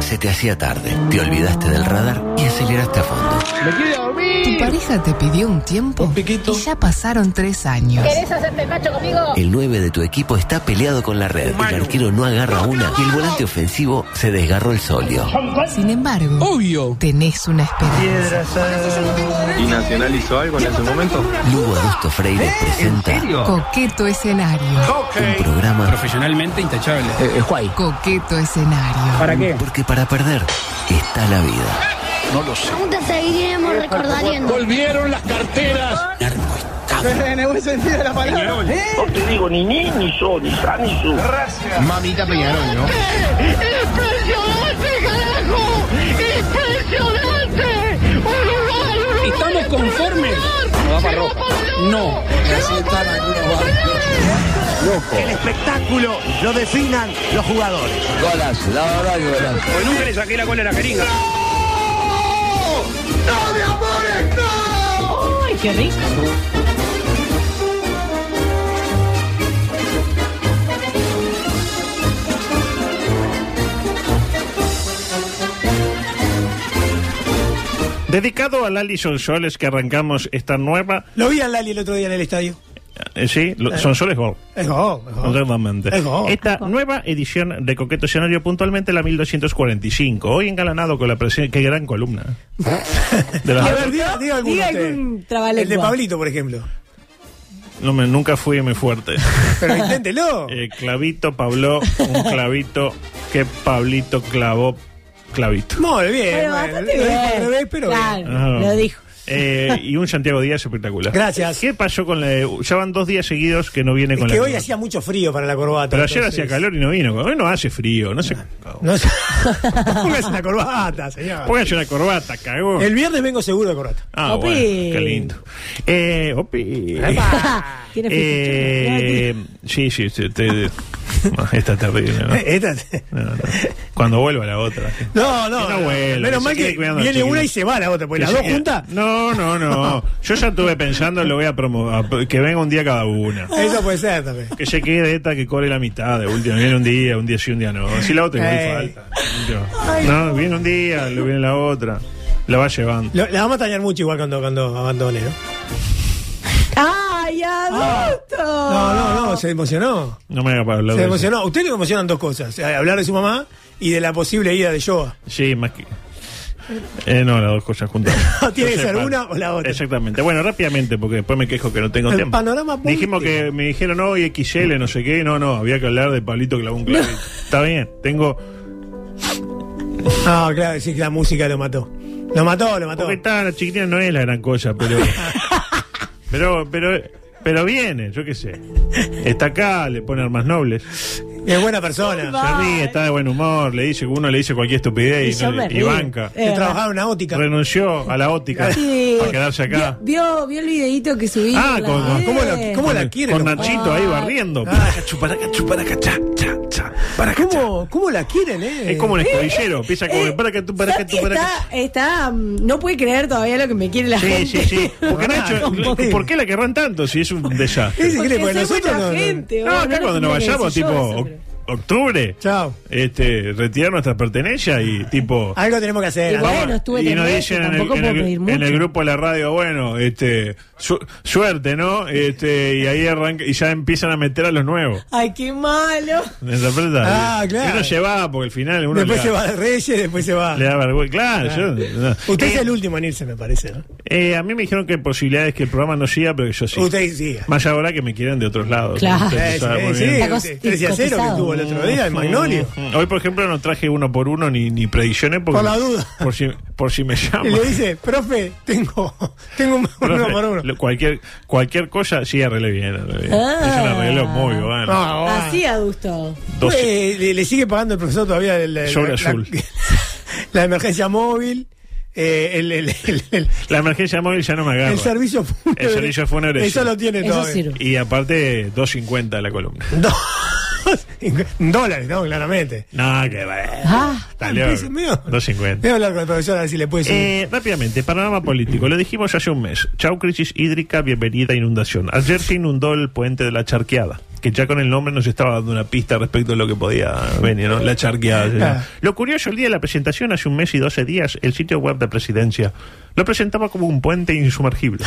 se te hacía tarde, te olvidaste del radar y aceleraste a fondo. ¡Me quiero Tu dormir! pareja te pidió un tiempo Un piquito. y ya pasaron tres años. ¿Querés hacerte macho conmigo? El 9 de tu equipo está peleado con la red, el arquero no agarra una y el volante ofensivo se desgarró el solio. Sin embargo, ¡Obvio! tenés una esperanza. ¿Y Nacional hizo algo en ese momento? Lugo Augusto ¿Eh? Freire presenta Coqueto escenario. un programa Profesionalmente intachable. Coqueto escenario. ¿Para qué? porque para perder está la vida. Aún te seguiremos recordando. Volvieron las carteras. En el buen sentido de la palabra. Mamita Peñarol, ¿no? ¡Impresionante, carajo! ¡Impresionante! ¡Uruguay, Uruguay! ¿Estamos conformes? No da para ropa. No. espectáculo lo definan los jugadores. Porque nunca le saqué la cola a la jeringa. Dedicado al Alison Soles que arrancamos esta nueva. Lo vi al Lali el otro día en el estadio. eh, sí, lo- son Soles Gol. Es gol, es gol. Realmente. Oh. Es gol. Esta nueva edición de Coqueto Escenario, puntualmente la 1245. Hoy engalanado con la presión. Qué gran columna. De las- A ver, diga, diga alguno Diga usted. algún trabalengua. El de Pablito, por ejemplo. no me- nunca fui muy fuerte. Pero inténtelo. Eh, clavito, Pablo, un clavito. Que Pablito clavó clavito. Muy bien. Pero bueno, bastante lo dijo al bien. revés, pero bien. Claro, Ajá. lo dijo. Eh, y un Santiago Díaz espectacular. Gracias. ¿Qué pasó con la.? Ya van dos días seguidos que no viene Es con que la. hoy hacía mucho frío para la corbata. Pero ayer entonces- hacía calor y no vino. Hoy no hace frío. No sé. No sé. Póngase una corbata, señor. Póngase una corbata, cagón. El viernes vengo seguro de corbata. Ah, Opi. bueno, qué lindo. Eh, opi. Tiene Eh, sí, sí, sí, te- está terrible. ¿no? Eh, Esta- No, no. Cuando vuelva la otra. No, Que no. no vuelva, Menos que mal se quede que cuidando al viene chiquilín. una y se va la otra. Porque las Que dos se- juntas. No, no, no. Yo ya estuve pensando, lo voy a promover. Que venga un día cada una. Eso puede ser también. Que se quede esta que cobre la mitad de última. Viene un día, un día sí, un día no. Si la otra igual Ey. falta. No, viene un día, luego viene la otra. La va llevando. Lo- la vamos a tañar mucho igual cuando, cuando abandone, ¿no? ¡Ay, ah. adulto! No, no, no, se emocionó. No me haga para hablar. Se de eso. emocionó. A usted le emocionan dos cosas: eh, hablar de su mamá y de la posible ida de Yoa. Sí, más que. Eh, no, las dos cosas juntas. Tiene que Yo ser sepa. una o la otra. Exactamente. Bueno, rápidamente, porque después me quejo que no tengo El tiempo. panorama político. Dijimos que me dijeron hoy XL, no sé qué. No, no, había que hablar de Pablito Clavón Clavito. Está bien, tengo. Ah, claro, sí, la música lo mató. Lo mató, lo mató. Porque está, la chiquitina no es la gran cosa, pero. pero, pero. Pero viene, yo qué sé. Está acá, le pone armas nobles. Se Es buena persona. ríe, está de buen humor, le dice, uno le dice cualquier Y estupidez y, yo no me le- y río. banca. Eh, Que trabajaba en una óptica. Renunció a la óptica Sí. a quedarse acá. Vio, vio el videito que subí. Ah, la Ah. con- red. ¿Cómo, la- cómo la quiere? Con los- Ah, Nachito ahí barriendo. Paracachu, paracachu, paracacha, cha, cha, paracacha. ¿Cómo, cómo la quieren, eh? Es como un escobillero. Empieza como que paracatú, paracatú, Santi paracatú. Eh, está, está, mm, no puede creer todavía lo que me quiere la Sí, gente. sí, sí. Porque Nacho, Sí. ¿por qué la querrán tanto si es un desastre? Sí, sí, que le- Porque porque soy nosotros buena no- no- gente, No, bueno, acá lo cuando nos tendría que vayamos, decir tipo yo eso, pero- oc- octubre, Chao. este, retirar nuestras pertenencias y tipo. Algo tenemos que hacer. Igual- Andá. Bueno, estuve y de nos nuevo, dicen en el, tampoco en el- puedo pedir en mucho. el grupo de la radio, bueno, este, su- suerte, ¿no? Este, y ahí arranca, y ya empiezan a meter a los nuevos. Ay, qué malo. ¿Me interpretas? Ah, claro. Y uno se va, porque al final uno Después le, se da- va de Reyes, después se va. le da vergüenza. Claro, yo- no. Usted Eh, es el último en irse, me parece. ¿no? eh, a mí me dijeron que hay posibilidades que el programa no siga, pero que yo sí. Usted siga. Más ahora que me quieren de otros lados. Claro. Usted Eh, sabe sí, muy sí, bien. Está cos- 13 a 0 que cotizado. tuvo el otro día, el Magnolio. Mm, Hoy, por ejemplo, no traje uno por uno ni, ni predicciones. Porque, Por la duda. Por si, por si me Y llaman. le dice, profe, tengo, tengo un- uno Profe, por uno. lo- Cualquier, cualquier cosa, sí, arreglé bien. arreglé bien. Ah. Es un arreglo muy bueno. Ah, bueno. Así, adusto. Doce- Eh, le, le sigue pagando el profesor todavía el- el- Sobre la, azul. la- la emergencia móvil, eh, el, el- el- el- La emergencia móvil ya no me agarra. el servicio fúnebre. El servicio fúnebre, Eso sí. lo tiene Eso todavía. sirve. Y aparte, 2.50 la columna. Dos- dólares, ¿no? Claramente. No, que va. Ah, Está Ah, loco. precio mío. 2.50. Voy a hablar con el profesor a ver si le puede subir. Eh, rápidamente, panorama político. Lo dijimos hace un mes. Chau, crisis hídrica, bienvenida a inundación. Ayer se inundó el puente de la Charqueada. que ya con el nombre nos estaba dando una pista respecto a lo que podía venir, ¿no? La charqueada. ¿sí? Ah. Lo curioso, el día de la presentación, hace un mes y 12 días, el sitio web de presidencia lo presentaba como un puente insumergible.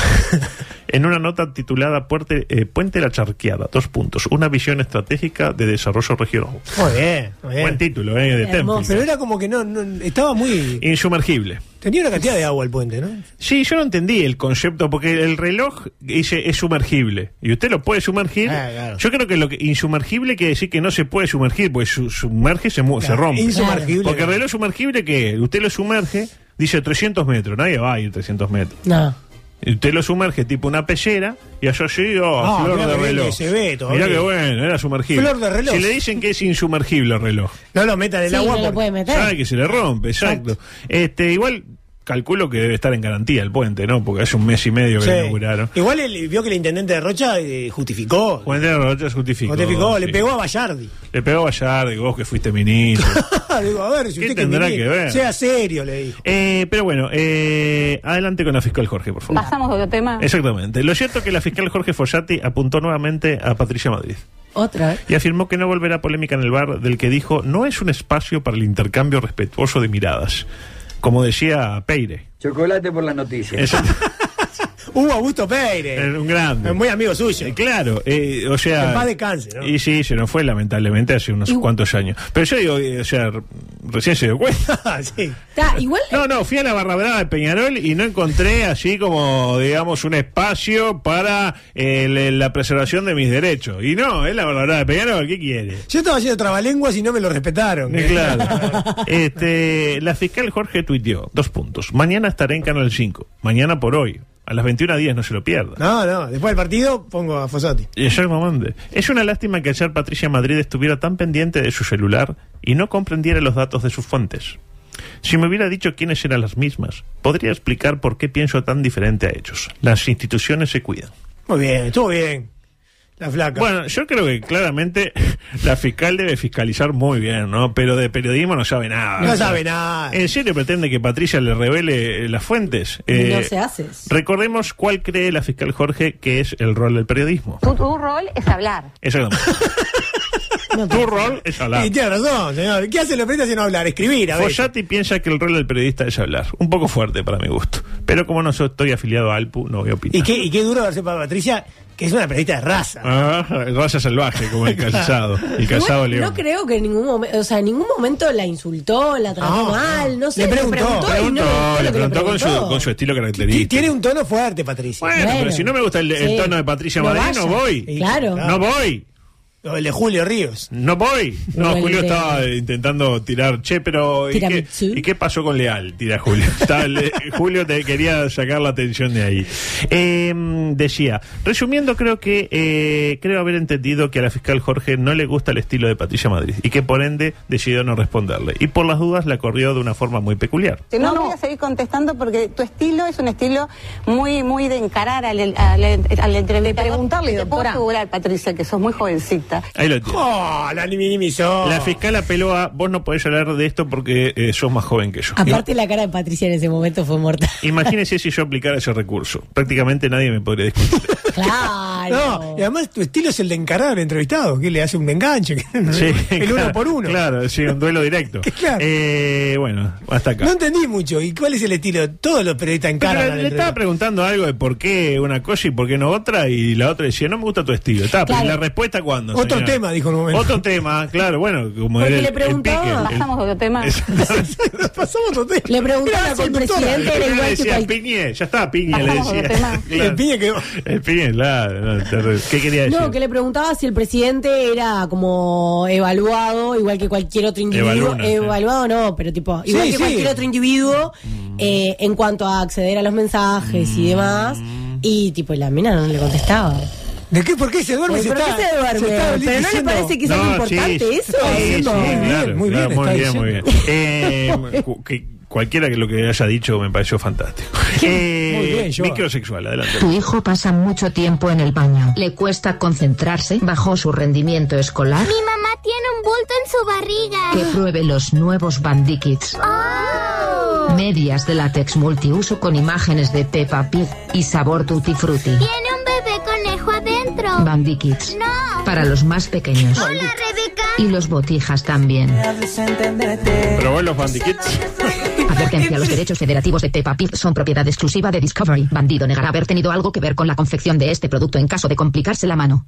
en una nota titulada Puente, eh, Puente la Charqueada, dos puntos, una visión estratégica de desarrollo regional. Muy bien, muy bien. Buen título, ¿eh? De Hermoso. Temple. Pero era como que no, no- estaba muy. Insumergible. Tenía una cantidad de agua el puente, ¿no? Sí, yo no entendí el concepto, porque el reloj dice es sumergible. Y usted lo puede sumergir. Ah, claro. Yo creo que lo que insumergible quiere decir que no se puede sumergir, porque su- sumerge se, mu- se rompe. Insumergible. Porque el reloj sumergible que usted lo sumerge, dice 300 metros, nadie va a ir 300 metros. No. Y usted lo sumerge tipo una pecera y allá sí, oh, Ah, flor mirá de que bien reloj. que se ve todavía. Mirá que bueno, era sumergible. Flor de reloj. Si le dicen que es insumergible el reloj. No lo metan en el Sí, agua. no lo porque- puede meter. Sabe que se le rompe, exacto. Este, igual calculo que debe estar en garantía el puente, ¿no? Porque hace un mes y medio que Sí. lo inauguraron. Igual el- vio que el intendente de Rocha eh, justificó. Puente de Rocha justificó. Justificó, le sí. pegó a Vallardi. Le pegó a Gallardo, y vos que fuiste ministro. Digo, a ver, si ¿Qué usted tendrá ministro, que ver? Sea serio, le dijo. Eh, pero bueno, eh, adelante con la fiscal Jorge, por favor. Pasamos a otro tema. Exactamente. Lo cierto es que la fiscal Jorge Fossati apuntó nuevamente a Patricia Madrid Otra vez. y afirmó que no volverá polémica en el bar del que dijo no es un espacio para el intercambio respetuoso de miradas. Como decía Peire. Chocolate por la noticia. Exacto. Hubo Augusto Peire. Era un grande. Es muy amigo suyo. Eh, Claro, eh, o sea. En paz descanse, ¿no? Y sí, se nos fue lamentablemente hace unos Y- cuantos años. Pero yo digo, eh, o sea, r- recién se dio cuenta. sí. Está, igual. eh, No, no, fui a la barra brava de Peñarol y no encontré así como, digamos, un espacio para eh, le- la preservación de mis derechos. Y no, es la barra brava de Peñarol, ¿qué quiere? Yo estaba haciendo trabalenguas y no me lo respetaron. Eh, Claro. este, la fiscal Jorge tuiteó, dos puntos. Mañana estaré en Canal 5, mañana por hoy, a las 21.10, no se lo pierda. No, no. Después del partido pongo a Fosati. Y ayer me mandé. Es una lástima que ayer Patricia Madrid estuviera tan pendiente de su celular y no comprendiera los datos de sus fuentes. Si me hubiera dicho quiénes eran las mismas, podría explicar por qué pienso tan diferente a ellos. Las instituciones se cuidan. Muy bien, estuvo bien. La flaca. Bueno, yo creo que claramente la fiscal debe fiscalizar muy bien, ¿no? Pero de periodismo no sabe nada. no sabe nada. ¿En serio pretende que Patricia le revele eh, las fuentes? Eh, no se hace. eso. Recordemos cuál cree la fiscal Jorge que es el rol del periodismo. Tu, tu rol es hablar. Exactamente. tu rol es hablar. Y tiene razón, señor. ¿Qué hacen los periodistas si no hablar? Escribir, a ver. Follati piensa que el rol del periodista es hablar. Un poco fuerte para mi gusto. Pero como no soy- estoy afiliado a Alpu, no voy a opinar. Y qué, y qué duro verse para Patricia, que es una periodista de raza. Ah, raza salvaje, como el calzado. El Igual calzado león. no creo que en ningún momento, o sea, en ningún momento la insultó, la trató No, mal, no sé, le preguntó, y Preguntó, no gustó le lo que preguntó con su, preguntó. con su estilo Y característico. tiene un tono fuerte, Patricia. Bueno, pero Bueno. si no me gusta el, el Sí. tono de Patricia No Madrid, no vaya. voy. Sí, claro. No voy. O el de Julio Ríos. No voy. No, No, el Julio de- estaba intentando tirar. Che, pero. ¿y qué, Tiramisu. y qué pasó con Leal? Tira Julio. Estaba le- Julio te quería sacar la atención de ahí. Eh, decía, resumiendo, creo que. eh, creo haber entendido que a la fiscal Jorge no le gusta el estilo de Patricia Madrid y que por ende decidió no responderle. Y por las dudas la corrió de una forma muy peculiar. Si no, voy a seguir contestando porque tu estilo es un estilo muy, muy de encarar al, al, al entrevistador. preguntarle, Te puedo doctora. asegurar, Patricia, que sos muy jovencita. Ahí lo tiene. ¡Oh! La minimizó. La fiscal apeló a vos no podés hablar de esto porque eh, sos más joven que yo. Aparte la cara de Patricia en ese momento fue mortal. Imagínese si yo aplicara ese recurso. Prácticamente nadie me podría discutir. No, Claro. y además tu estilo es el de encarar al entrevistado, que le hace un enganche. que- Sí, el uno claro, por uno. Claro, sí, un duelo directo. Claro. Eh, bueno, hasta acá. No entendí mucho. ¿Y cuál es el estilo? Todos los periodistas Pero encaran al le estaba entrevistado. preguntando algo de por qué una cosa y por qué no otra, y la otra decía, no me gusta tu estilo. Está, pero Claro. ¿y la respuesta cuándo? Otro señora? tema, dijo en un momento. Otro tema, claro, bueno, como Porque era el- le el preguntaba. pique, el- Pasamos a otro tema. Pasamos otro tema. Le preguntaba Era la si el conductora. presidente era Pero igual que decía, cualquier... Piñe, ya está, Piñe, le Pasamos decía. otro tema. Claro. El piñe quedó. El piñe, claro. no, terrible. ¿Qué quería decir? No, que le preguntaba si el presidente era como evaluado, igual que cualquier otro individuo. Evaluna, sí. evaluado no, pero tipo, igual Sí, que sí. cualquier otro individuo Mm. eh, en cuanto a acceder a los mensajes y demás. Y tipo, la mina no le contestaba. ¿De qué? ¿Por qué se duerme? pues Oye, Se ¿Pero está- qué se duerme? se está ¿Pero no le diciendo- parece que es algo No, sí, importante sí, sí, eso? sí, Está diciendo, claro, muy bien, claro, muy está bien, muy bien. diciendo. Eh, cu- que cualquiera que lo que haya dicho me pareció fantástico. Eh, Muy bien, Joa. microsexual, adelante. Tu hijo pasa mucho tiempo en el baño. Le cuesta concentrarse. Bajo su rendimiento escolar. Mi mamá tiene un bulto en su Que barriga. pruebe los nuevos Bandikits. ¡Oh! Medias de látex multiuso con imágenes de Peppa Pig y sabor Tutti Frutti. Tiene un bebé conejo adentro. Bandikits. ¡No! para los más pequeños. Hola, Rebeca. Y los botijas también. Pero bueno, los bandiquits. Advertencia, los derechos federativos de Peppa Pig son propiedad exclusiva de Discovery. Bandido negará haber tenido algo que ver con la confección de este producto en caso de complicarse la mano.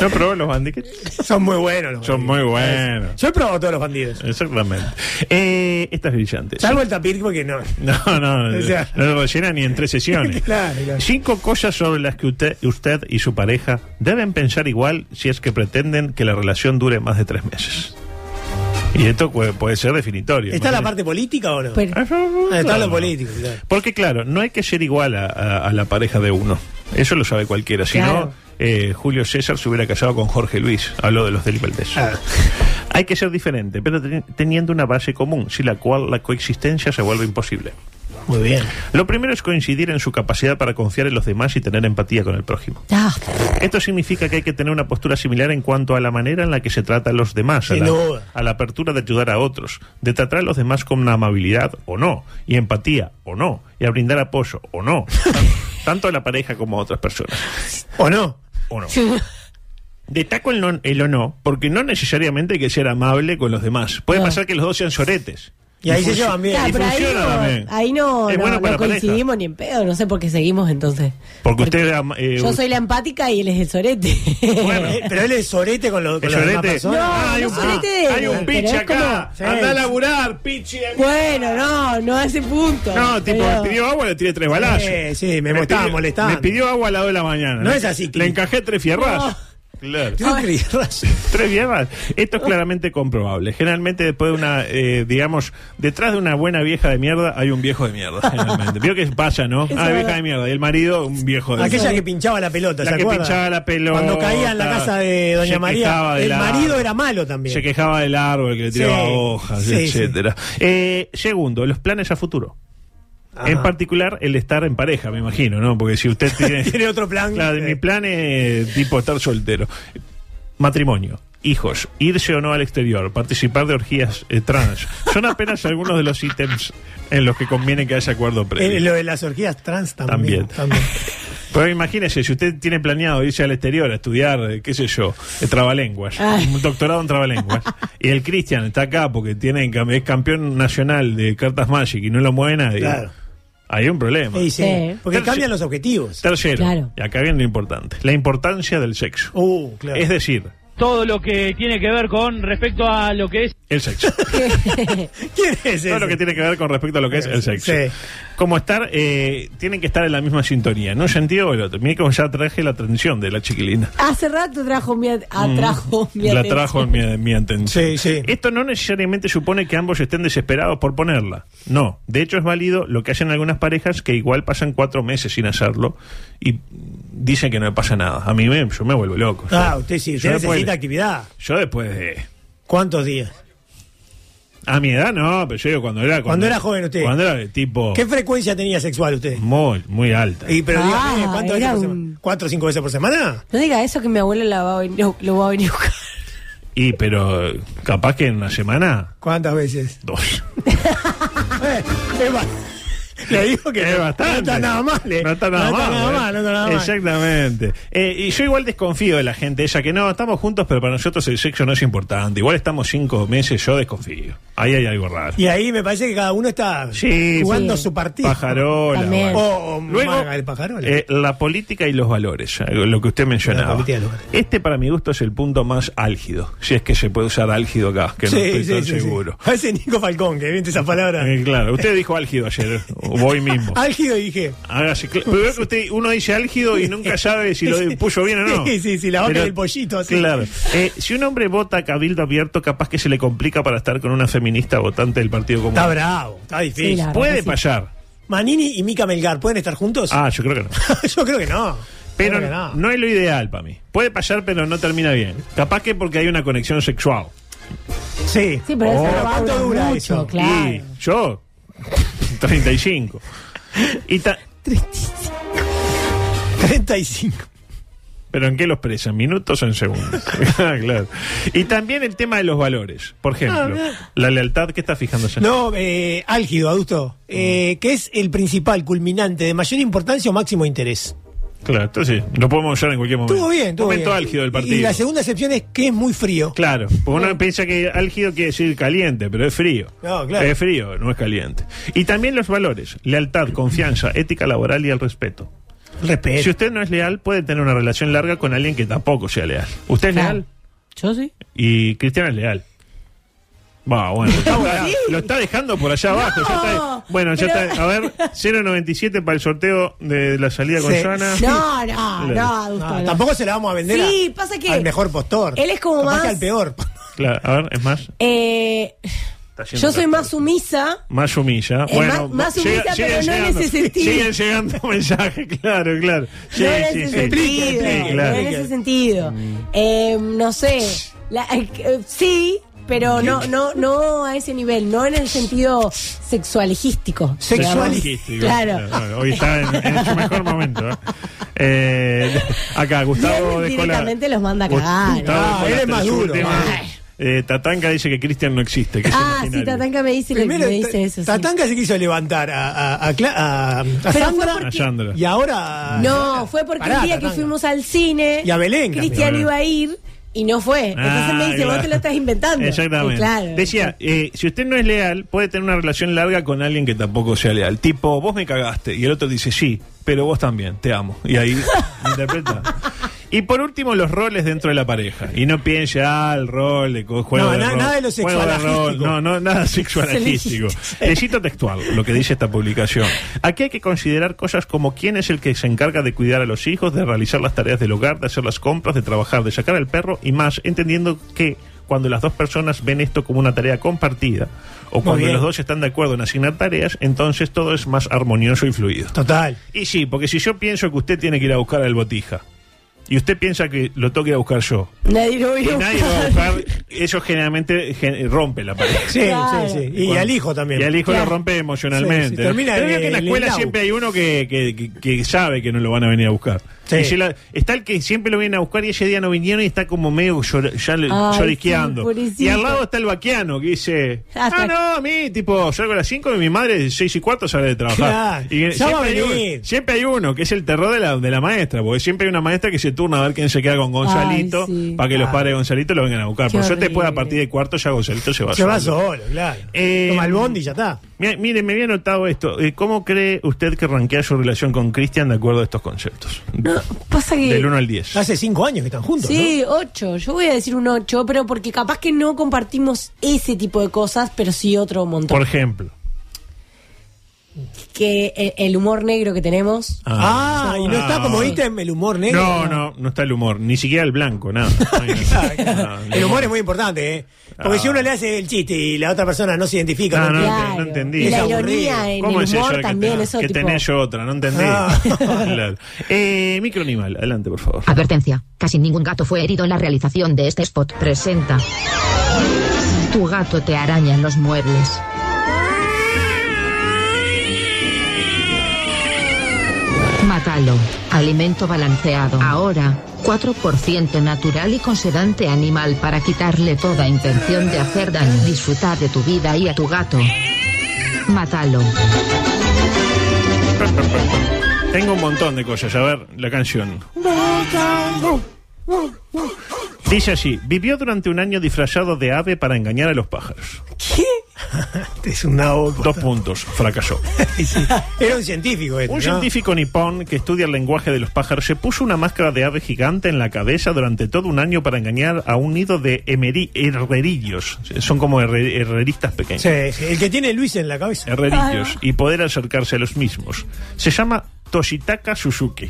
¿No probó los bandiquits? Son muy buenos los Son muy buenos. Yo he probado todos los bandidos. Exactamente. Eh, esta es brillante. Salvo el tapir porque no. No, no, O sea- no lo rellena ni en tres sesiones. Claro, claro. Cinco cosas sobre las que usted, usted y su pareja deben pensar igual si es que pretenden que la relación dure más de tres meses. Y esto puede, puede ser definitorio. ¿Está la imagínate. parte política o no? Ah, está Claro. lo político, claro. Porque claro, no hay que ser igual a, a- a la pareja de uno. Eso lo sabe cualquiera. Si Claro. no, eh, Julio César se hubiera casado con Jorge Luis. Habló de los delibaldes. Hay que ser diferente, pero teni- teniendo una base común, sin la cual la coexistencia se vuelve imposible. Muy bien. Lo primero es coincidir en su capacidad para confiar en los demás y tener empatía con el prójimo. Esto significa que hay que tener una postura similar en cuanto a la manera en la que se trata a los demás, a Sin la, duda. a la apertura de ayudar a otros, de tratar a los demás con amabilidad o no, y empatía o no, y a brindar apoyo o no, tan- tanto a la pareja como a otras personas. ¿O no? O no. Destaco el, no, el o no, porque no necesariamente hay que ser amable con los demás. Puede pasar que los dos sean soretes. Ah. Y ahí se funcio- llevan bien. y Claro, pero ahí funciona también. no, ahí no, Es no- bueno no para la pareja. coincidimos ni en pedo, no sé por qué seguimos entonces. Porque usted... ama- eh, Yo soy la empática y él es el sorete. Bueno. Eh, Pero él es sorete con, los con las demás Llorete. personas. No, Ah, hay no un, sorete pi- de- hay un pero es pichi acá. este. como- Anda a Sí. laburar, pichi. de- Bueno, no, no hace punto. No, tipo, Pero- me pidió agua, le tiré tres balazos. Eh, sí, me estaba pidió- molestando. Me pidió agua a las 2 de la mañana. No Le- es así, Le Clint. encajé tres fierras. Claro. Yo creí, razón. Tres viejas. Esto es claramente comprobable. Generalmente después de una, eh, digamos, detrás de una buena vieja de mierda hay un viejo de mierda. Generalmente. Vio que pasa, ¿no? Ah, vieja de mierda. Y el marido, un viejo de Aquella mierda. que pinchaba la pelota, La ¿se que acuerda? pinchaba la pelota. Cuando caía en la casa de Doña Se quejaba María, de el la- marido era malo también. Se quejaba del árbol que le tiraba Sí, hojas, sí, etcétera. Eh, segundo, los planes a futuro. En particular, el estar en pareja, me imagino, ¿no? Porque si usted tiene, Tiene otro plan. Claro, Eh. mi plan es tipo estar soltero. Matrimonio, hijos, irse o no al exterior, participar de orgías eh, trans. Son apenas algunos de los ítems en los que conviene que haya acuerdo previo. Eh, lo de las orgías trans también. También. también. Pero imagínese, si usted tiene planeado irse al exterior a estudiar, eh, qué sé yo, eh, trabalenguas, un doctorado en trabalenguas, y el Cristian está acá porque tiene cam- es campeón nacional de cartas Magic y no lo mueve nadie, Claro. hay un problema. Sí, sí. Sí. Porque Terci- cambian los objetivos. Tercero, Claro. y acá viene lo importante, la importancia del sexo. Uh, claro. Es decir, Todo lo que tiene que ver con respecto a lo que es el sexo. ¿Quién es ese? Todo lo que tiene que ver con respecto a lo que es el sexo. Sí. Como estar, eh, tienen que estar en la misma sintonía, en un sentido o el otro. Mire como ya traje la atención de la chiquilina. Hace rato trajo mi, at- atrajo mi Mm. la atención. trajo en mi, mi atención. Sí, sí. Esto no necesariamente supone que ambos estén desesperados por ponerla. No. De hecho, es válido lo que hacen algunas parejas que igual pasan cuatro meses sin hacerlo y dicen que no le pasa nada. A mí me, yo me vuelvo loco. Ah, Yo- usted sí, usted yo después- necesita actividad. Yo después de... ¿Cuántos días? A mi edad no, pero yo digo cuando era... Cuando era joven usted. Cuando era de tipo... ¿Qué frecuencia tenía sexual usted? Muy, muy alta. Y pero Ah, dígame, ¿cuántas veces era por un- semana? ¿Cuatro o cinco veces por semana? No diga eso que mi abuelo la va a venir- lo va a venir a buscar. Y pero capaz que en una semana, ¿Cuántas veces? dos. Eh, es ba- Le digo que Es no- bastante. No está nada mal. eh. No está nada mal. ¿eh? no está nada mal. Exactamente. Eh, y yo igual desconfío de la gente esa que no, estamos juntos, pero para nosotros el sexo no es importante. Igual estamos cinco meses, yo desconfío. Ahí hay algo raro. Y ahí me parece que cada uno está Sí, jugando sí. su partido. Pajarola. También. bueno. O- o Maga del Pajarola. eh, la política y los valores, eh, lo que usted La mencionaba. política y los valores. Este para mi gusto es el punto más álgido, si es que se puede usar álgido acá, que no estoy tan seguro. Parece Nico Falcón, que vente esa palabra. Eh, claro, usted dijo álgido ayer, o hoy mismo. Álgido dije. Hágase cl- Pero veo que usted, uno dice álgido y nunca sabe si lo de- puso bien o no. Sí, sí, sí, la vaca Pero- del pollito, así. Claro. Eh, si un hombre vota a cabildo abierto, capaz que se le complica para estar con una feminista votante del Partido Está Comunista. bravo, está Sí, difícil. la- Puede Claro que sí. pasar. Manini y Mica Melgar, ¿pueden estar juntos? Ah, yo creo que no. Yo creo que no. Pero Creo que no. es lo ideal para mí. Puede pasar, pero no termina bien. Capaz que porque hay una conexión sexual. Sí. Sí, pero eso Oh. no va a ¿Cuánto durar dura mucho, eso? claro. Y yo, 35. Y ta- 35. ¿Pero en qué los presan? ¿Minutos o en segundos? Ah, claro. Y también el tema de los valores. Por ejemplo, la lealtad que está fijándose. Ah, No, eh, Mm. álgido, adusto. Eh, ¿Qué es el principal culminante de mayor importancia o máximo interés? Claro, entonces lo podemos usar en cualquier momento. Estuvo bien, estuvo Momento bien. álgido del partido. Y la segunda excepción es que es muy frío. Claro, porque uno piensa que álgido quiere decir caliente, pero es frío. No, claro. Es frío, no es caliente. Y también los valores, lealtad, confianza, ética laboral y el respeto. Respeto. Si usted no es leal, puede tener una relación larga con alguien que tampoco sea leal. ¿Usted es leal? Yo sí. Y Cristian es leal. Va, bueno. está- Sí. Lo está dejando por allá abajo. ya está- bueno, ya pero- está. A ver, 0.97 para el sorteo de la salida con Sí. Joana. No, no, Claro. no, Adusto, No, no. Tampoco se la vamos a vender a- Sí, pasa que- al mejor postor. Él es como Capaz más- que al peor. Claro, a ver, es más. Eh, Está yendo yo soy atrás. más sumisa. Más sumilla. Es bueno, más- más sumisa, pero no en ese sentido. Siguen llegando mensajes, claro, claro. Sí, no en sí, ese sí. sentido. Sí, No claro. en ese sentido. Eh, no sé. La- eh, sí, pero no, no, no a ese nivel. No en el sentido sexualejístico. digamos. Sexualístico. Claro. Claro, Hoy está en, en su mejor momento. ¿eh? Eh, acá, Gustavo de Cola. Directamente los manda a cagar. Gustavo Ah, de Cola, él este es más tres duro. últimas. Ay. Eh, Tatanka dice que Cristian no existe. Que es Ah, sí, imaginario. Tatanka me dice, Primero, me dice Ta- eso. sí. Tatanka se quiso levantar a, a, a Cla- a- a Sandra porque- A Sandra. y ahora. Ah, No, fue porque Pará, el día Tatanka. que fuimos al cine, Y a Belén también. Cristian iba a ir y no fue. Entonces Ah, me dice, claro. vos te lo estás inventando. Exactamente. Y claro. Decía, eh, si usted no es leal, puede tener una relación larga con alguien que tampoco sea leal. Tipo, vos me cagaste. Y el otro dice, sí, pero vos también, te amo. Y ahí interpreta. Y por último, los roles dentro de la pareja. Y no piense, ah, el rol, de co- juego No, de na- rol, nada de lo juego de rol. sexualagístico. No, no, nada sexualagístico. Le cito textual lo que dice esta publicación. Aquí hay que considerar cosas como quién es el que se encarga de cuidar a los hijos, de realizar las tareas del hogar, de hacer las compras, de trabajar, de sacar al perro y más, entendiendo que cuando las dos personas ven esto como una tarea compartida o cuando bien. los dos están de acuerdo en asignar tareas, entonces todo es más armonioso y fluido. Total. Y sí, porque si yo pienso que usted tiene que ir a buscar al botija y usted piensa que lo toque a buscar yo, Nadie lo y vio. nadie lo va a buscar, eso generalmente gen- rompe la pareja. Sí, Claro. sí, sí. Y Bueno, al hijo también. Y al hijo Claro. lo rompe emocionalmente. Sí, sí, termina Yo creo en que en la el escuela helado. siempre hay uno que, que- que- que sabe que no lo van a venir a buscar. Sí. Y se la- está el que siempre lo vienen a buscar y ese día no vinieron y está como medio llor- ya le- Ay, sí, llorisqueando. pobrecito. y al lado está el vaquiano que dice: Hasta Ah, no, a mí, tipo, salgo a las 5 y mi madre, 6 y cuarto, sale de trabajar. Claro, Y ya va a hay uno- venir. siempre hay uno que es el terror de la, de la maestra, porque siempre hay una maestra que se turna a ver quién se queda con Gonzalito Ay, sí. para que los Ah. padres de Gonzalito lo vengan a buscar. Qué Por suerte, después a horrible. partir de cuarto ya Gonzalito se va Se va solo. solo, claro. Eh, Toma el bondi y ya está. Mira, Mire, me había notado esto. Eh, ¿Cómo cree usted que ranquea su relación con Cristian de acuerdo a estos conceptos? Pasa que. Del 1 al 10. Hace cinco años que están juntos. Sí, ocho. Yo voy a decir un ocho, pero porque capaz que no compartimos ese tipo de cosas, pero sí otro montón. Por ejemplo. Que eh, el humor negro que tenemos. ¿no? Ah, y no está como sí. ítem el humor negro. No, no, no está el humor. Ni siquiera el blanco, nada. Ay, no. No, no. El humor es muy importante, ¿eh? Porque Ah. si uno le hace el chiste y la otra persona no se identifica, No, no, no, entiende. ent- no entendí. Y la Es ironía ¿eh? aburrido. en ¿Cómo el es eso humor de que también, tenés- eso que tipo. tenés yo otra, no entendí. Ah. Claro. Eh, microanimal, adelante, por favor. Advertencia. Casi ningún gato fue herido en la realización de este spot. Presenta. Tu gato te araña en los muebles. Mátalo. Alimento balanceado. Ahora, 4% natural y con sedante animal para quitarle toda intención de hacer daño. Disfrutar de tu vida y a tu gato. Mátalo. Tengo un montón de cosas. A ver, la canción. Dice así, vivió durante un año disfrazado de ave para engañar a los pájaros. Es una boca. Dos puntos, fracasó. Era un científico este, Un ¿no? científico nipón que estudia el lenguaje de los pájaros se puso una máscara de ave gigante en la cabeza durante todo un año para engañar a un nido de emeri- herrerillos. Son como herre- herreristas pequeños. Sí, sí, el que tiene Luis en la cabeza. herrerillos y poder acercarse a los mismos. Se llama Toshitaka Suzuki,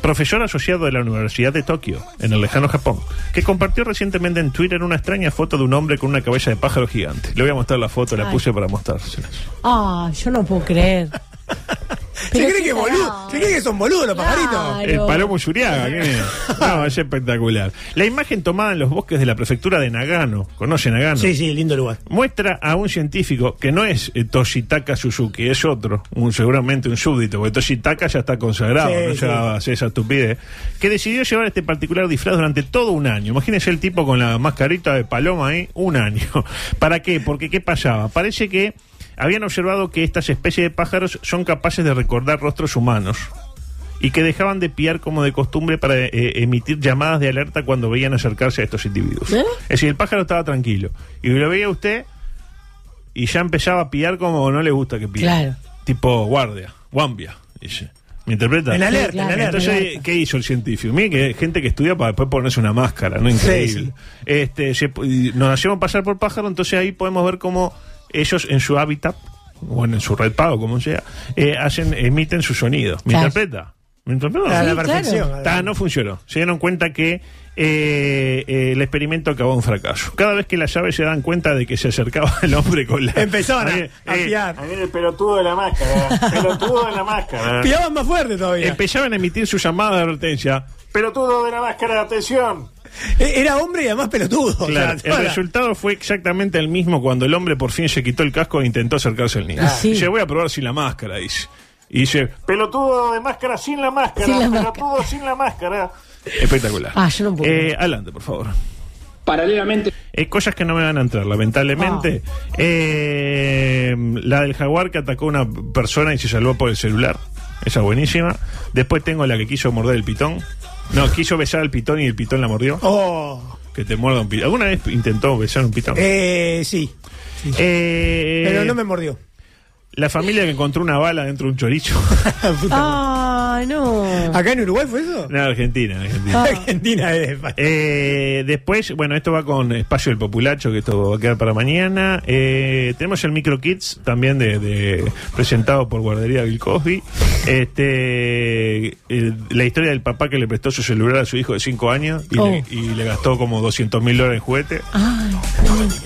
profesor asociado de la Universidad de Tokio, en el lejano Japón, que compartió recientemente en Twitter una extraña foto de un hombre con una cabeza de pájaro gigante. Le voy a mostrar la foto, la Ay. puse para mostrársela. Ah, yo no puedo creer. ¿Se Pero cree qué que boludo? tarado. ¿Se cree que son boludos los pajaritos? Claro. El palomo Yuriaga, ¿qué es? No, es espectacular. La imagen tomada en los bosques de la prefectura de Nagano, ¿conoce Nagano? Sí, sí, lindo lugar. muestra a un científico que no es eh, Toshitaka Suzuki, es otro, un, seguramente un súbdito, porque Toshitaka ya está consagrado, Sí, no sí. se va a hacer esa estupidez, que decidió llevar este particular disfraz durante todo un año. Imagínense el tipo con la mascarita de paloma ahí, un año. ¿Para qué? Porque ¿qué pasaba? Parece que habían observado que estas especies de pájaros son capaces de recordar rostros humanos y que dejaban de piar como de costumbre para eh, emitir llamadas de alerta cuando veían acercarse a estos individuos. ¿Eh? Es decir, el pájaro estaba tranquilo y lo veía usted y ya empezaba a piar como no le gusta que píe. Claro. Tipo guardia, guambia. dice. ¿Me interpreta? En alerta, Sí, claro, en alerta, Entonces, en alerta. ¿qué hizo el científico? Miren que hay gente que estudia para después ponerse una máscara, ¿no? Increíble. Este, se- y nos hacemos pasar por pájaro, entonces ahí podemos ver cómo ellos en su hábitat, bueno, en su red pago, como sea, eh, hacen, emiten su sonido. ¿Me Claro. interpreta? ¿Me interpreta? A la Sí, perfección. claro. Ah, Ta, no funcionó. Se dieron cuenta que eh, eh, el experimento acabó en fracaso. Cada vez que las llaves se dan cuenta de que se acercaba el hombre con la... Empezaron a- Ahí, a eh, piar. ahí el pelotudo de la máscara. pelotudo de la máscara. Piaban más fuerte todavía. Empezaban a emitir su llamada de advertencia. Pelotudo de la máscara, de atención. E- Era hombre y además pelotudo. o Claro, sea, el toda la- resultado fue exactamente el mismo cuando el hombre por fin se quitó el casco e intentó acercarse al niño. Ah. Sí. Dice, voy a probar sin la máscara, dice. Y dice, pelotudo de máscara sin la máscara, Sin la pelotudo sin la máscara. Espectacular. Ah, yo no puedo. Eh, adelante, por favor. Paralelamente. cosas que no me van a entrar, lamentablemente. Ah. Eh, la del jaguar que atacó a una persona y se salvó por el celular. Esa buenísima. Después tengo la que quiso morder el pitón. No, quiso besar al pitón y el pitón la mordió. Oh, Que te muerda un pitón. ¿Alguna vez intentó besar un pitón? eh, sí. sí. Eh, Pero no me mordió. La familia que encontró una bala dentro de un chorizo. Ah, no. ¿Acá en Uruguay fue eso? no, Argentina, Argentina. Argentina es. Eh, después, bueno, esto va con Espacio del Populacho, que esto va a quedar para mañana. Eh, tenemos el Micro Kids, también de, de- presentado por Guardería Bill Cosby. Este, eh, la historia del papá que le prestó su celular a su hijo de 5 años y, Oh. le, y le gastó como 200 mil dólares en juguete.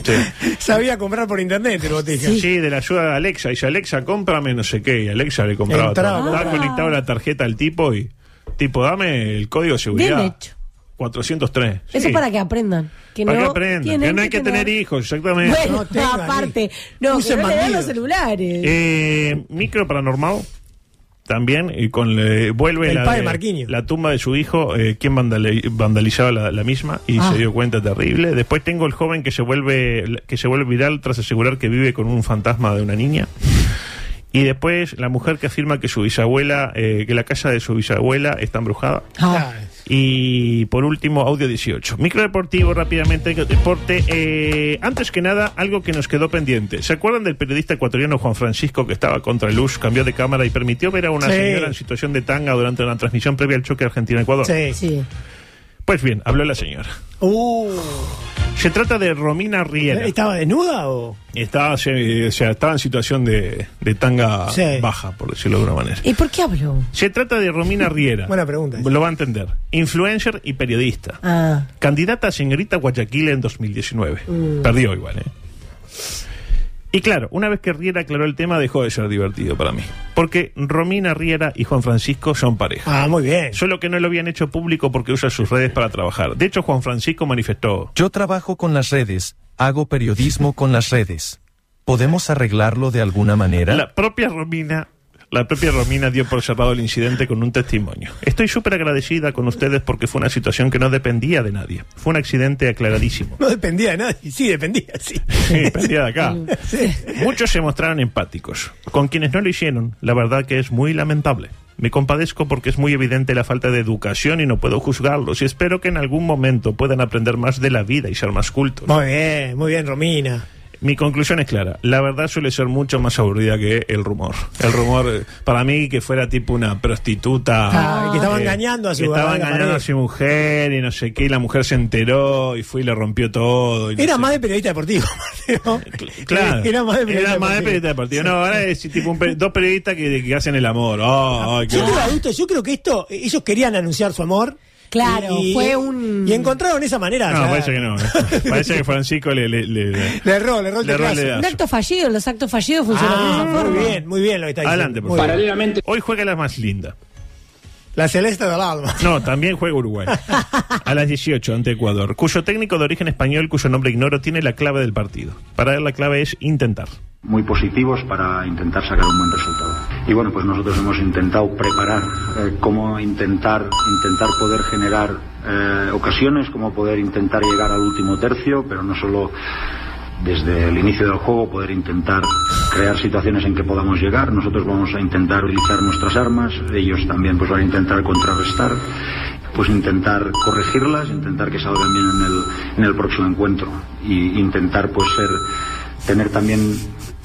Sí. Sabía comprar por internet el botijo. Sí. de la ayuda de Alexa. Dice, Alexa, cómprame no sé qué. Y Alexa le compraba Entraba, todo. Estaba compraba. conectado la tarjeta al tipo y, tipo, dame el código de seguridad. Bien hecho. 403. Eso sí. para que aprendan. Que Para no que aprendan. Que tienen no hay que tener hijos, exactamente. Bueno, No tengan, aparte. No, que Usen no le dan bandido. los celulares. Eh, micro paranormal. También, y con eh, vuelve El la, padre de- Marquinhos. la tumba de su hijo, eh, quien vandali- vandalizaba la, la misma y Ah. se dio cuenta terrible. Después tengo el joven que se vuelve que se vuelve viral tras asegurar que vive con un fantasma de una niña. Y después la mujer que afirma que su bisabuela, eh, que la casa de su bisabuela está embrujada. Ah. Y por último, audio 18. Microdeportivo, rápidamente, deporte. Eh, antes que nada, algo que nos quedó pendiente. ¿Se acuerdan del periodista ecuatoriano Juan Francisco que estaba contra luz, cambió de cámara y permitió ver a una Sí. señora en situación de tanga durante una transmisión previa al choque Argentina-Ecuador? Sí. Sí. Pues bien, habló la señora. Uh, Se trata de Romina Riera. ¿Estaba desnuda o.? Estaba, eh, o sea, estaba en situación de, de tanga Sí. baja, por decirlo de alguna manera. ¿Y por qué habló? Se trata de Romina Riera. Buena pregunta. Lo va a entender. Influencer y periodista. Ah. Candidata a señorita Guayaquil en 2019. Perdió igual, ¿eh? Y claro, una vez que Riera aclaró el tema, dejó de ser divertido para mí. Porque Romina Riera y Juan Francisco son pareja. Ah, muy bien. Solo que no lo habían hecho público porque usa sus redes para trabajar. De hecho, Juan Francisco manifestó. Yo trabajo con las redes, hago periodismo con las redes. ¿Podemos arreglarlo de alguna manera? La propia Romina. La propia Romina dio por cerrado el incidente con un testimonio. Estoy súper agradecida con ustedes porque fue una situación que no dependía de nadie. Fue un accidente aclaradísimo. No dependía de nadie. Sí, dependía, sí. Sí, dependía de acá. Muchos se mostraron empáticos. Con quienes no lo hicieron, la verdad que es muy lamentable. Me compadezco porque es muy evidente la falta de educación y no puedo juzgarlos. Y espero que en algún momento puedan aprender más de la vida y ser más cultos. Muy bien, muy bien, Romina. Mi conclusión es clara. La verdad suele ser mucho más aburrida que el rumor. El rumor, eh, para mí, que fuera tipo una prostituta. Ah, que estaba eh, engañando a su que estaba a la engañando pareja. a su mujer y no sé qué. Y la mujer se enteró y fue y le rompió todo. y no Era sé. más de periodista deportivo. ¿no? Claro. Eh, Era más de periodista Era más de deportivo. periodista deportivo. No, ahora es tipo un peri- dos periodistas que, que hacen el amor. Oh, ay, qué Yo creo, bueno. adulto, yo creo que esto, ellos querían anunciar su amor. Claro, y- fue un- Y encontraron esa manera. No, ya. parece que no. eh. Parece que Francisco le. le, le- le- Le erró, le erró el Le erró el teclazo. dedazo. Un acto fallido, los actos fallidos funcionan de Ah, esa forma. muy bien, muy bien lo que está diciendo. Adelante, por Muy favor. bien. Hoy juega la más linda. La celeste del alma. No, también juega Uruguay. A las 18 ante Ecuador, cuyo técnico de origen español, cuyo nombre ignoro, tiene la clave del partido. Para él la clave es intentar. muy positivos para intentar sacar un buen resultado. Y bueno, pues nosotros hemos intentado preparar eh, cómo intentar, intentar poder generar eh, ocasiones, cómo poder intentar llegar al último tercio, pero no solo desde el inicio del juego poder intentar crear situaciones en que podamos llegar. Nosotros vamos a intentar utilizar nuestras armas, ellos también pues van a intentar contrarrestar, pues intentar corregirlas, intentar que salgan bien en el, en el próximo encuentro y intentar pues ser, tener también,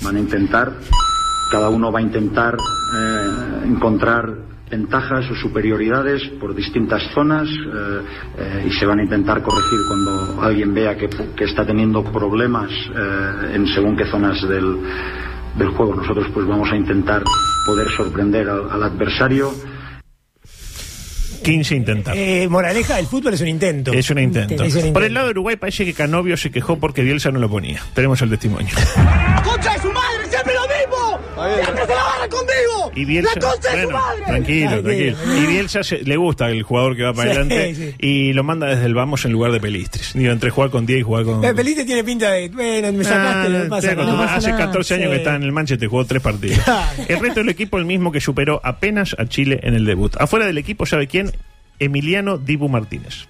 van a intentar, cada uno va a intentar eh, encontrar ventajas o superioridades por distintas zonas eh, eh, y se van a intentar corregir cuando alguien vea que, que está teniendo problemas eh, en según qué zonas del, del juego. Nosotros pues vamos a intentar poder sorprender al, al adversario. 15 intentos. Eh, moraleja, el fútbol es un intento. Es un intento. Es un intento. Por el lado de Uruguay parece que Canovio se quejó porque Bielsa no lo ponía. Tenemos el testimonio. ¡Concha de su madre! ¡Siempre lo mismo! ¡Siempre se la barra conmigo! Y Bielsa, ¡La concha de su bueno, madre! tranquilo, tranquilo. Y Bielsa se- le gusta el jugador que va para Sí, adelante sí. y lo manda desde el vamos en lugar de Pelistris. Digo, entre jugar con 10 y jugar con... La pelita tiene pinta de. Bueno, me Eh, sacaste, Ah, no pasa estoy nada. acostumbrado. Hace 14 años que Sí. está en el Manchester, jugó tres partidos. El resto del equipo el mismo que superó apenas a Chile en el debut. Afuera del equipo, ¿sabe quién? Emiliano Dibu Martínez.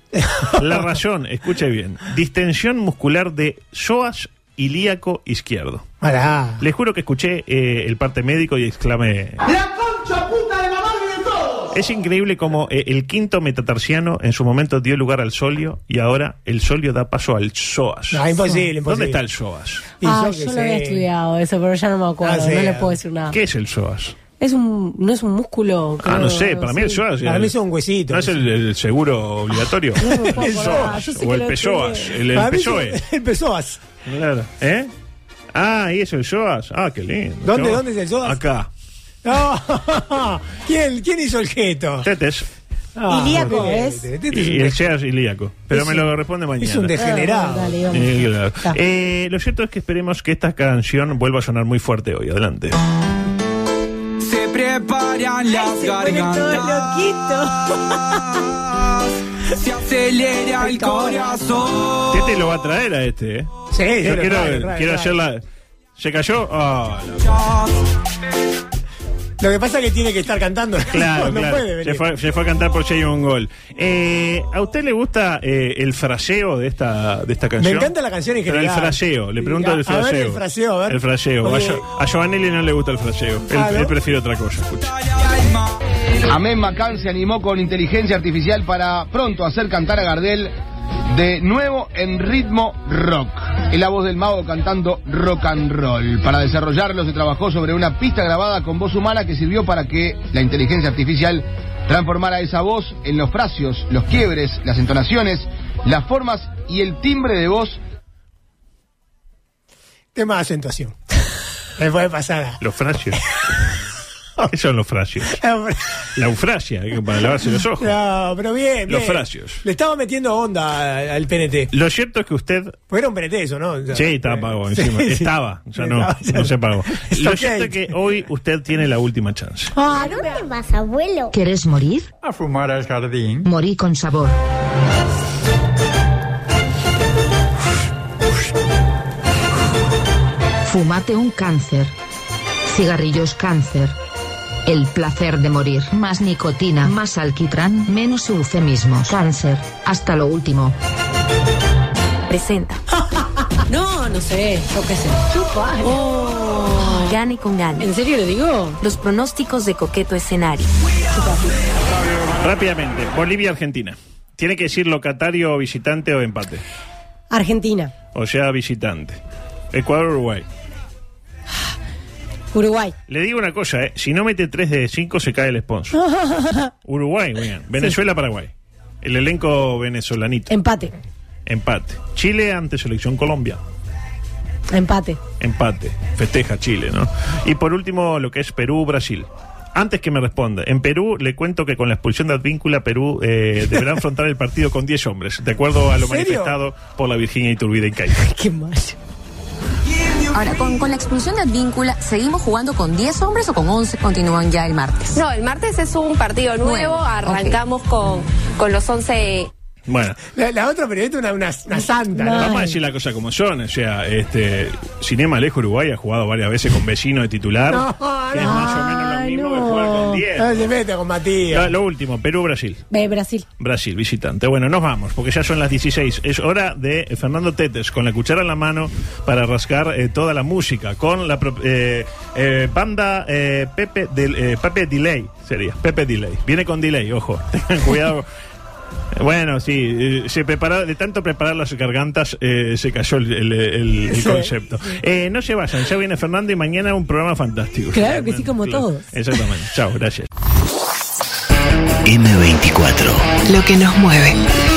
La razón, escuche bien, distensión muscular de psoas ilíaco izquierdo. Pará. Les juro que escuché eh, el parte médico y exclamé... ¡La concha puta de la madre de todos! Es increíble como eh, el quinto metatarsiano en su momento dio lugar al solio y ahora el solio da paso al psoas. No, Ah, imposible, imposible. ¿Dónde está el psoas? Ah, que yo sí. lo había estudiado eso, pero ya no me acuerdo, Ah, sí, no le ah. puedo decir nada. ¿Qué es el psoas? Es un, no es un músculo. Ah, creo, no sé, algo para mí el así. psoas. Para el- mí es un huesito. ¿No es el, el seguro obligatorio? No me puedo el acordar, ah, psoas, yo sé o que el lo PSOAS, estudié. el, eh. el Para mí es PSOE. El PSOAS. Claro. ¿Eh? Ah, ahí es el psoas. Ah, qué lindo. ¿Dónde- Yo- dónde es el psoas? Acá. No. ¿Quién, ¿Quién hizo el gesto? Tetes. Ah, Ilíaco tete, es. tete, tete, este es un Y el de- psoas ilíaco. Pero Es me un- lo responde mañana. Es un degenerado. Dale, vamos. Eh, claro. Está. Eh, lo cierto es que esperemos que esta canción vuelva a sonar muy fuerte hoy. Adelante. Se preparan las Se pone todo loquito. gargantas, se acelera el corazón. Tete lo va a traer a este, ¿eh? Sí, Yo yo lo quiero, traigo, traigo, quiero traigo. hacer la... ¿Se cayó? Ah, la- Lo que pasa es que tiene que estar cantando. Claro, no claro. puede se, venir. fue, se fue a cantar por si hay un gol. Eh, ¿A usted le gusta eh, el fraseo de esta, de esta Me canción? encanta la canción en Pero general. el fraseo, le pregunto A- el A fraseo. ver el fraseo, a ver. El fraseo. Porque- A, Gio- a Giovanelli no le gusta el fraseo. Él, Ah, ¿no? él prefiere otra cosa. escucha. Amén Macan se animó con inteligencia artificial para pronto hacer cantar a Gardel de nuevo en ritmo rock. Es la voz del mago cantando rock and roll. Para desarrollarlo se trabajó sobre una pista grabada con voz humana que sirvió para que la inteligencia artificial transformara esa voz en los fraseos, los quiebres, las entonaciones, las formas y el timbre de voz Tema de acentuación. Me puede pasar. Los fraseos. ¿Qué son los fraseos? No, La eufrasia, que para lavarse los ojos. pero bien. Los bien. fraseos. Le estaba metiendo onda al- al PNT. Lo cierto es que usted Porque era un PNT eso, ¿no? O sea, Sí, estaba pago sí, encima. sí. Estaba, ya no, Estaba, ya no no. se pagó. Está Lo ok. cierto es que hoy usted tiene la última chance. ¿A dónde vas, abuelo? ¿Quieres morir? A fumar al jardín. Morí con sabor. Fumate un cáncer. Cigarrillos cáncer. El placer de morir. Más nicotina, más alquitrán, menos eufemismos. Cáncer. Hasta lo último. Presenta. No, no sé, yo qué sé. Chupa. Gane con gane. ¿En serio lo digo? Los pronósticos de coqueto escenario. Rápidamente, Bolivia-Argentina. Tiene que decir locatario o visitante o empate. Argentina, O sea, visitante. Ecuador-Uruguay. Uruguay. Le digo una cosa, eh, si no mete 3 de 5 se cae el sponsor. Uruguay, bien. Venezuela-Paraguay. El elenco venezolanito. Empate, Empate. Chile ante selección Colombia. empate. Empate. Festeja Chile, ¿no? Y por último, lo que es Perú-Brasil. Antes que me responda, en Perú le cuento que con la expulsión de Advíncula, Perú eh, deberá afrontar el partido con 10 hombres, de acuerdo a lo ¿En serio? manifestado por la Virginia Iturbide y Caipa. Qué mal. Ahora, con, con la expulsión de Advíncula, ¿seguimos jugando con 10 hombres o con 11? Continúan ya el martes. No, el martes es un partido nuevo, Nuevo, ok. arrancamos con, con los 11 Bueno, La, la otra periodista, una, una, una santa. ¿no? vamos a decir la cosa como son, o sea, este, Cinema Alejo Uruguay ha jugado varias veces con vecino de titular. que es más o menos lo mismo que jugar con 10. No se meta con Matías. Lo, lo último, Perú-Brasil. Ve, Brasil. Brasil, visitante. Bueno, nos vamos, porque ya son las 16. Es hora de Fernando Tetes con la cuchara en la mano para rascar eh, toda la música con la pro- eh, eh, banda eh, Pepe, del, eh, Pepe Delay. Sería Pepe Delay. Viene con delay, ojo. Tengan cuidado. Bueno, sí, eh, se preparó, de tanto preparar las gargantas eh, se cayó el, el- el- el Sí, concepto. Eh, no se vayan, ya viene Fernando y mañana un programa fantástico. Claro que sí, como Claro. todos. Exactamente, chao, gracias. M24. Lo que nos mueve.